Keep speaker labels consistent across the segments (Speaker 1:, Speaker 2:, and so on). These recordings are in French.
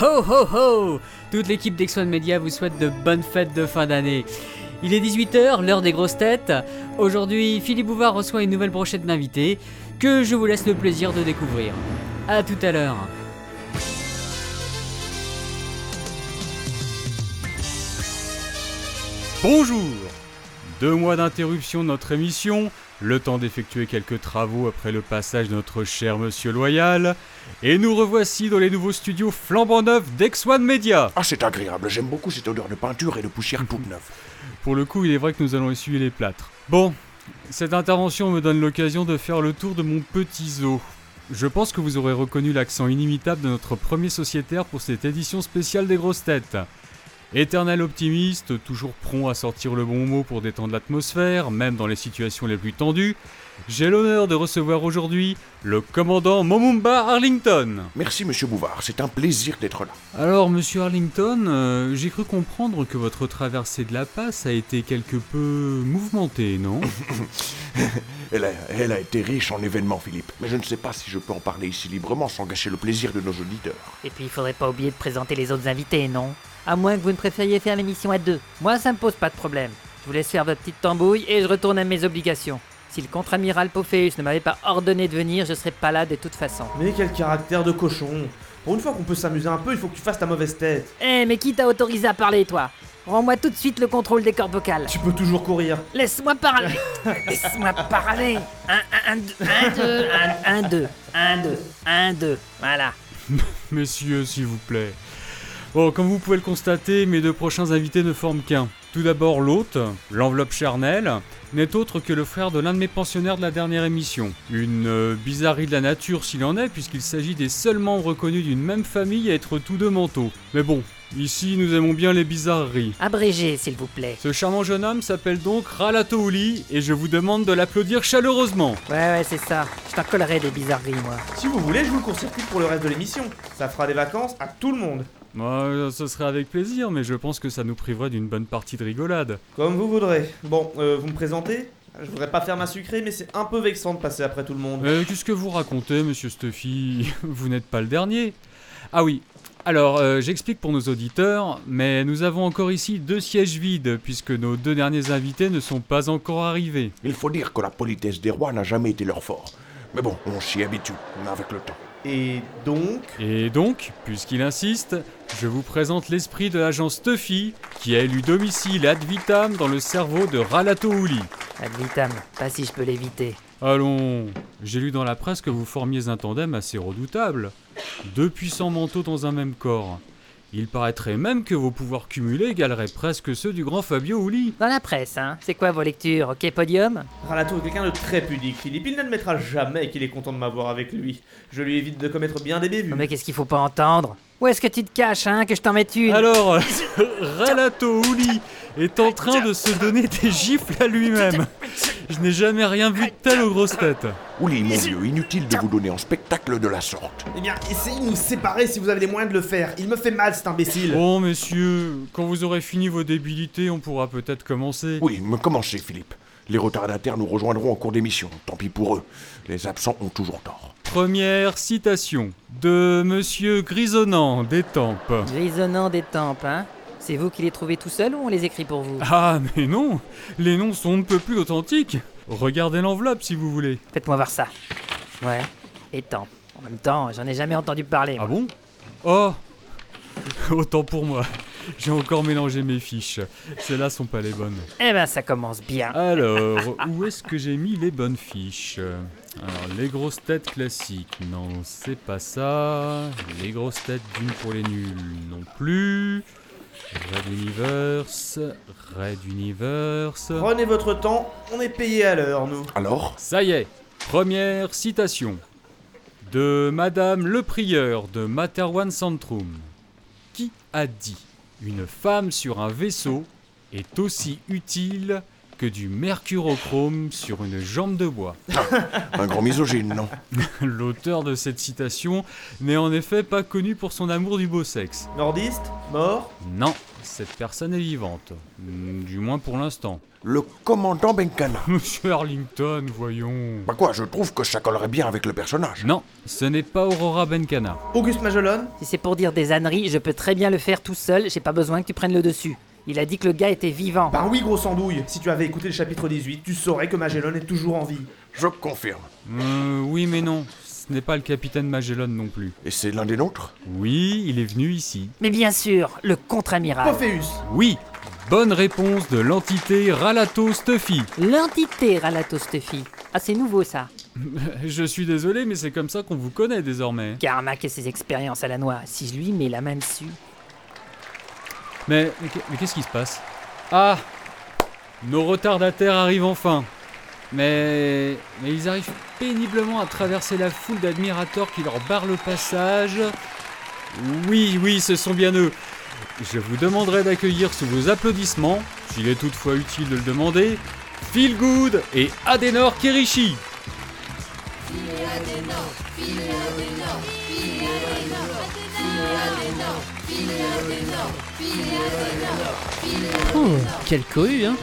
Speaker 1: Ho ho ho Toute l'équipe d'Exxon Media vous souhaite de bonnes fêtes de fin d'année. Il est 18h, l'heure des grosses têtes. Aujourd'hui, Philippe Bouvard reçoit une nouvelle brochette d'invités que je vous laisse le plaisir de découvrir. A tout à l'heure.
Speaker 2: Bonjour Deux mois d'interruption de notre émission, le temps d'effectuer quelques travaux après le passage de notre cher monsieur Loyal, et nous revoici dans les nouveaux studios flambant neufs d'Ex One Media
Speaker 3: Ah, c'est agréable, j'aime beaucoup cette odeur de peinture et de poussière toute neuve.
Speaker 2: Pour le coup, il est vrai que nous allons essuyer les plâtres. Bon, cette intervention me donne l'occasion de faire le tour de mon petit zoo. Je pense que vous aurez reconnu l'accent inimitable de notre premier sociétaire pour cette édition spéciale des grosses têtes. Éternel optimiste, toujours prompt à sortir le bon mot pour détendre l'atmosphère, même dans les situations les plus tendues, j'ai l'honneur de recevoir aujourd'hui le commandant Momumba Arlington.
Speaker 3: Merci, monsieur Bouvard, c'est un plaisir d'être là.
Speaker 2: Alors, monsieur Arlington, euh, j'ai cru comprendre que votre traversée de la passe a été quelque peu mouvementée, non
Speaker 3: Elle a, elle a été riche en événements, Philippe, mais je ne sais pas si je peux en parler ici librement sans gâcher le plaisir de nos auditeurs.
Speaker 4: Et puis il faudrait pas oublier de présenter les autres invités, non À moins que vous ne préfériez faire l'émission à deux. Moi, ça me pose pas de problème. Je vous laisse faire votre petite tambouille et je retourne à mes obligations. Si le contre-amiral Pophéus ne m'avait pas ordonné de venir, je serais pas là de toute façon.
Speaker 5: Mais quel caractère de cochon Pour une fois qu'on peut s'amuser un peu, il faut que tu fasses ta mauvaise tête.
Speaker 4: Eh, mais qui t'a autorisé à parler, toi Rends-moi tout de suite le contrôle des cordes vocales.
Speaker 5: Tu peux toujours courir.
Speaker 4: Laisse-moi parler Laisse-moi parler 1, 1, 2, 1, 2, 1, 2, 1, 2, 1, 2, voilà.
Speaker 2: Messieurs, s'il vous plaît. Bon, comme vous pouvez le constater, mes deux prochains invités ne forment qu'un. Tout d'abord, l'hôte, l'enveloppe charnelle, n'est autre que le frère de l'un de mes pensionnaires de la dernière émission. Une euh, bizarrerie de la nature s'il en est, puisqu'il s'agit des seuls membres reconnus d'une même famille à être tous deux manteaux. Mais bon, ici nous aimons bien les bizarreries.
Speaker 4: Abrégé, s'il vous plaît.
Speaker 2: Ce charmant jeune homme s'appelle donc Ralato Ouli, et je vous demande de l'applaudir chaleureusement.
Speaker 4: Ouais, ouais, c'est ça. Je t'en collerai des bizarreries, moi.
Speaker 5: Si vous voulez, je vous le court-circuite pour le reste de l'émission. Ça fera des vacances à tout le monde.
Speaker 2: Moi, ce serait avec plaisir, mais je pense que ça nous priverait d'une bonne partie de rigolade.
Speaker 5: Comme vous voudrez. Bon, euh, vous me présentez Je voudrais pas faire ma sucrée, mais c'est un peu vexant de passer après tout le monde.
Speaker 2: Euh, Qu'est-ce que vous racontez, monsieur Stuffy Vous n'êtes pas le dernier. Ah oui. Alors, euh, j'explique pour nos auditeurs, mais nous avons encore ici deux sièges vides, puisque nos deux derniers invités ne sont pas encore arrivés.
Speaker 3: Il faut dire que la politesse des rois n'a jamais été leur fort. Mais bon, on s'y habitue, avec le temps.
Speaker 5: Et donc
Speaker 2: Et donc, puisqu'il insiste, je vous présente l'esprit de l'agent Stuffy, qui a élu domicile ad vitam dans le cerveau de Ralato Uli.
Speaker 4: Ad vitam, pas si je peux l'éviter.
Speaker 2: Allons, j'ai lu dans la presse que vous formiez un tandem assez redoutable. Deux puissants manteaux dans un même corps. Il paraîtrait même que vos pouvoirs cumulés égaleraient presque ceux du grand Fabio Uli.
Speaker 4: Dans la presse, hein C'est quoi vos lectures, ok, podium
Speaker 5: Ralato est quelqu'un de très pudique, Philippe. Il n'admettra jamais qu'il est content de m'avoir avec lui. Je lui évite de commettre bien des bévues.
Speaker 4: Non mais qu'est-ce qu'il faut pas entendre Où est-ce que tu te caches, hein Que je t'en mette une
Speaker 2: Alors, Ralato Uli est en train de se donner des gifles à lui-même. Je n'ai jamais rien vu de tel aux grosses têtes.
Speaker 3: Ouli, mon vieux, inutile de vous donner en spectacle de la sorte.
Speaker 5: Eh bien, essayez de nous séparer si vous avez les moyens de le faire. Il me fait mal, cet imbécile.
Speaker 2: Bon, messieurs, quand vous aurez fini vos débilités, on pourra peut-être commencer.
Speaker 3: Oui, me commencez, Philippe. Les retardataires nous rejoindront en cours d'émission, tant pis pour eux. Les absents ont toujours tort.
Speaker 2: Première citation de Monsieur Grisonnant des Tempes.
Speaker 4: Grisonnant des tempes, hein C'est vous qui les trouvez tout seul ou on les écrit pour vous
Speaker 2: Ah, mais non Les noms sont on ne peut plus authentiques Regardez l'enveloppe si vous voulez.
Speaker 4: Faites-moi voir ça. Ouais, et tempes. En même temps, j'en ai jamais entendu parler.
Speaker 2: Ah
Speaker 4: moi.
Speaker 2: bon Oh Autant pour moi. J'ai encore mélangé mes fiches. Celles-là sont pas les bonnes.
Speaker 4: Eh ben, ça commence bien.
Speaker 2: Alors, où est-ce que j'ai mis les bonnes fiches Alors, les grosses têtes classiques, non, c'est pas ça. Les grosses têtes d'une pour les nuls, non plus. Red Universe, Red Universe.
Speaker 5: Prenez votre temps, on est payé à l'heure, nous.
Speaker 3: Alors
Speaker 2: Ça y est, première citation de Madame le Prieur de Materwan Centrum, qui a dit Une femme sur un vaisseau est aussi utile que du mercurochrome sur une jambe de bois.
Speaker 3: Un grand misogyne, non
Speaker 2: L'auteur de cette citation n'est en effet pas connu pour son amour du beau sexe.
Speaker 5: Nordiste Mort
Speaker 2: Non, cette personne est vivante. Mm, Du moins pour l'instant.
Speaker 3: Le commandant Benkana.
Speaker 2: Monsieur Arlington, voyons.
Speaker 3: Bah quoi, je trouve que ça collerait bien avec le personnage.
Speaker 2: Non, ce n'est pas Aurora Benkana.
Speaker 5: Auguste Magellan
Speaker 4: Si c'est pour dire des âneries, je peux très bien le faire tout seul, j'ai pas besoin que tu prennes le dessus. Il a dit que le gars était vivant.
Speaker 5: Bah oui, gros sandouille Si tu avais écouté le chapitre 18, tu saurais que Magellan est toujours en vie.
Speaker 3: Je confirme.
Speaker 2: Euh, oui mais non, ce n'est pas le capitaine Magellan non plus.
Speaker 3: Et c'est l'un des nôtres
Speaker 2: Oui, il est venu ici.
Speaker 4: Mais bien sûr, le contre-amiral.
Speaker 5: Pophéus
Speaker 2: Oui, bonne réponse de l'entité Ralato Stuffy.
Speaker 4: L'entité Ralato Stuffy. Ah, c'est nouveau ça.
Speaker 2: Je suis désolé mais c'est comme ça qu'on vous connaît désormais.
Speaker 4: Carmack et ses expériences à la noix. Si je lui mets la main dessus.
Speaker 2: Mais, mais qu'est- mais qu'est-ce qui se passe Ah Nos retardataires arrivent enfin mais, mais ils arrivent péniblement à traverser la foule d'admirateurs qui leur barre le passage. Oui, oui, ce sont bien eux. Je vous demanderai d'accueillir sous vos applaudissements, s'il est toutefois utile de le demander, Feel Good et Adenor Kirishi.
Speaker 1: Oh, quelle cohue, hein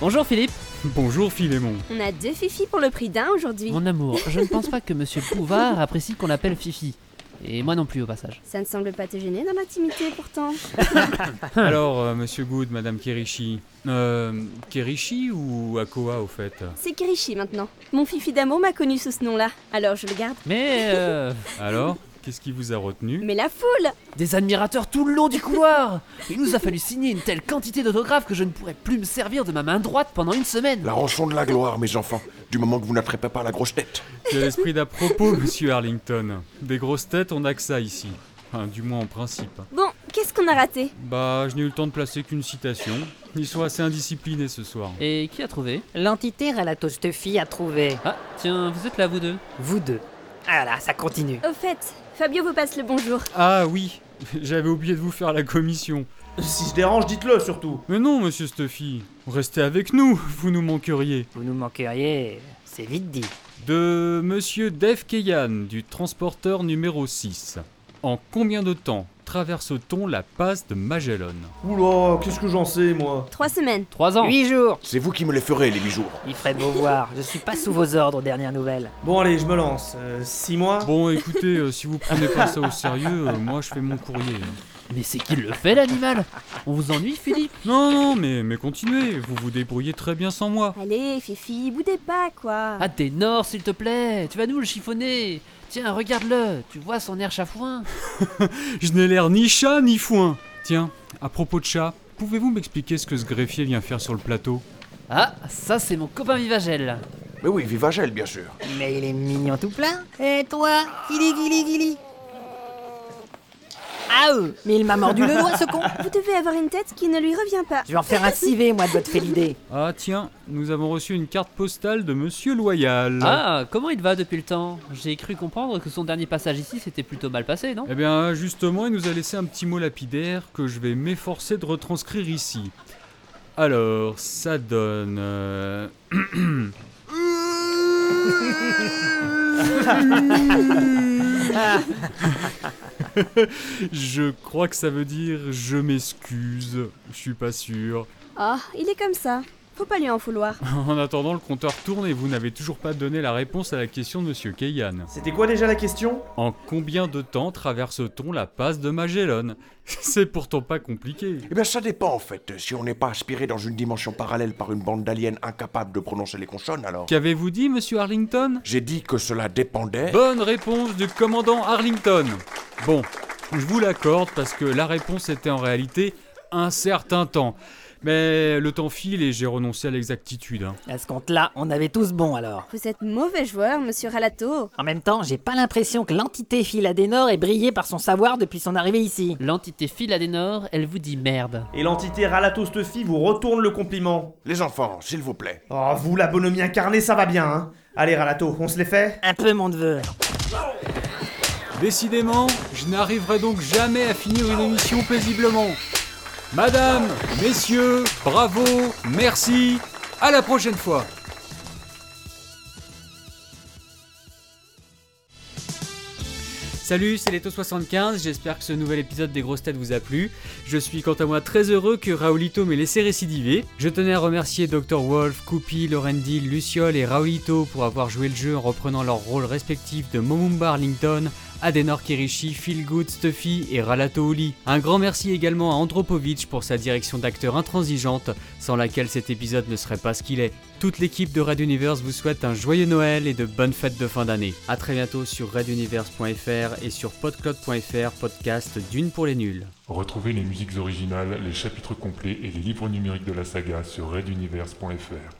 Speaker 1: Bonjour Philippe
Speaker 2: Bonjour Philémon.
Speaker 6: On a deux Fifi pour le prix d'un aujourd'hui.
Speaker 7: Mon amour, je ne pense pas que Monsieur Bouvard apprécie qu'on l'appelle Fifi. Et moi non plus au passage.
Speaker 6: Ça ne semble pas te gêner dans l'intimité pourtant.
Speaker 2: Alors, euh, Monsieur Good, Madame Kirishi. Euh, Kirishi ou Akoa au fait
Speaker 6: C'est Kirishi maintenant. Mon Fifi d'amour m'a connu sous ce nom-là, alors je le garde.
Speaker 7: Mais euh,
Speaker 2: Alors, qu'est-ce qui vous a retenu
Speaker 6: Mais la foule
Speaker 7: des admirateurs tout le long du couloir Il nous a fallu signer une telle quantité d'autographes que je ne pourrais plus me servir de ma main droite pendant une semaine.
Speaker 3: La rançon de la gloire, mes enfants, du moment que vous n'attrapez pas la grosse tête.
Speaker 2: Quel esprit d'à propos, monsieur Arlington. Des grosses têtes, on a que ça ici. Enfin, du moins en principe.
Speaker 6: Bon, qu'est-ce qu'on a raté
Speaker 2: Bah, je n'ai eu le temps de placer qu'une citation. Ils sont assez indisciplinés ce soir.
Speaker 7: Et qui a trouvé
Speaker 4: L'entité Ralato Stuffy a trouvé.
Speaker 7: Ah, tiens, vous êtes là vous deux.
Speaker 4: Vous deux. Ah là, ça continue.
Speaker 6: Au fait, Fabio vous passe le bonjour.
Speaker 2: Ah oui, j'avais oublié de vous faire la commission.
Speaker 5: Si je dérange, dites-le surtout
Speaker 2: Mais non, monsieur Stuffy, restez avec nous, vous nous manqueriez.
Speaker 4: Vous nous manqueriez. C'est vite dit.
Speaker 2: De monsieur Dev Keyan, du transporteur numéro 6. En combien de temps traverse-t-on la passe de Magellan
Speaker 5: Oula, qu'est-ce que j'en sais, moi
Speaker 6: Trois semaines.
Speaker 7: Trois ans.
Speaker 4: Huit jours.
Speaker 3: C'est vous qui me les ferez, les bijoux.
Speaker 4: Il ferait beau voir. Je suis pas sous vos ordres, dernière nouvelle.
Speaker 5: Bon, allez, je me lance. Euh, six mois
Speaker 2: Bon, écoutez, euh, si vous prenez pas ça au sérieux, euh, moi je fais mon courrier.
Speaker 7: Mais c'est qui le fait l'animal On vous ennuie Philippe
Speaker 2: Non, non, mais, mais continuez, vous vous débrouillez très bien sans moi.
Speaker 6: Allez, Fifi, boudez pas quoi.
Speaker 7: Ah des nords s'il te plaît, tu vas nous le chiffonner. Tiens, regarde-le, tu vois son air chafouin.
Speaker 2: Je n'ai l'air ni chat ni foin. Tiens, à propos de chat, pouvez-vous m'expliquer ce que ce greffier vient faire sur le plateau
Speaker 7: Ah, ça c'est mon copain Vivagel.
Speaker 3: Mais oui, Vivagel, bien sûr.
Speaker 4: Mais il est mignon tout plein.
Speaker 8: Et toi, guili guili guili
Speaker 4: Aouh
Speaker 8: Mais il m'a mordu le doigt, ce con
Speaker 6: Vous devez avoir une tête qui ne lui revient pas.
Speaker 4: Je vais en faire un civet, moi, de votre félidé.
Speaker 2: Ah tiens, nous avons reçu une carte postale de Monsieur Loyal.
Speaker 7: Ah, comment il va depuis le temps J'ai cru comprendre que son dernier passage ici s'était plutôt mal passé, non
Speaker 2: Eh bien, justement, il nous a laissé un petit mot lapidaire que je vais m'efforcer de retranscrire ici. Alors, ça donne... euh, je crois que ça veut dire je m'excuse, je suis pas sûr.
Speaker 6: Ah, il est comme ça. Faut pas lui en vouloir.
Speaker 2: En attendant, le compteur tourne et vous n'avez toujours pas donné la réponse à la question de Monsieur Keyan.
Speaker 5: C'était quoi déjà la question
Speaker 2: En combien de temps traverse-t-on la passe de Magellan C'est pourtant pas compliqué.
Speaker 3: Eh bien, ça dépend en fait. Si on n'est pas aspiré dans une dimension parallèle par une bande d'aliens incapables de prononcer les consonnes, alors.
Speaker 2: Qu'avez-vous dit, Monsieur Arlington
Speaker 3: J'ai dit que cela dépendait.
Speaker 2: Bonne réponse du commandant Arlington. Bon, je vous l'accorde parce que la réponse était en réalité un certain temps. Mais le temps file et j'ai renoncé à l'exactitude. hein.
Speaker 4: À ce compte-là, on avait tous bon alors.
Speaker 6: Vous êtes mauvais joueur, monsieur Ralato.
Speaker 4: En même temps, j'ai pas l'impression que l'entité Philadénor ait brillé par son savoir depuis son arrivée ici.
Speaker 7: L'entité file à des nords, elle vous dit merde.
Speaker 5: Et l'entité Ralato Stuffy vous retourne le compliment.
Speaker 3: Les enfants, s'il vous plaît.
Speaker 5: Oh, vous, la bonhomie incarnée, ça va bien, hein Allez, Ralato, on se les fait
Speaker 4: Un peu, mon neveu.
Speaker 2: Décidément, je n'arriverai donc jamais à finir une émission paisiblement. Madame, messieurs, bravo, merci.
Speaker 9: À la prochaine fois
Speaker 2: Salut, c'est Leto75, j'espère que ce nouvel épisode des grosses têtes vous a plu. Je suis quant à moi très heureux que Raoulito m'ait laissé récidiver. Je tenais à remercier Dr. Wolf, Coupi, Lorendi, Luciole et Raoulito pour avoir joué le jeu en reprenant leurs rôles respectifs de Momumba Arlington, Adenor Kirishi, Phil Good, Stuffy et Ralato Oli. Un grand merci également à Andropovitch pour sa direction d'acteur intransigeante, sans laquelle cet épisode ne serait pas ce qu'il est. Toute l'équipe de Red Universe vous souhaite un joyeux Noël et de bonnes fêtes de fin d'année. A très bientôt sur reduniverse.fr et sur podcloud.fr, podcast d'une pour les nuls.
Speaker 10: Retrouvez les musiques originales, les chapitres complets et les livres numériques de la saga sur reduniverse.fr.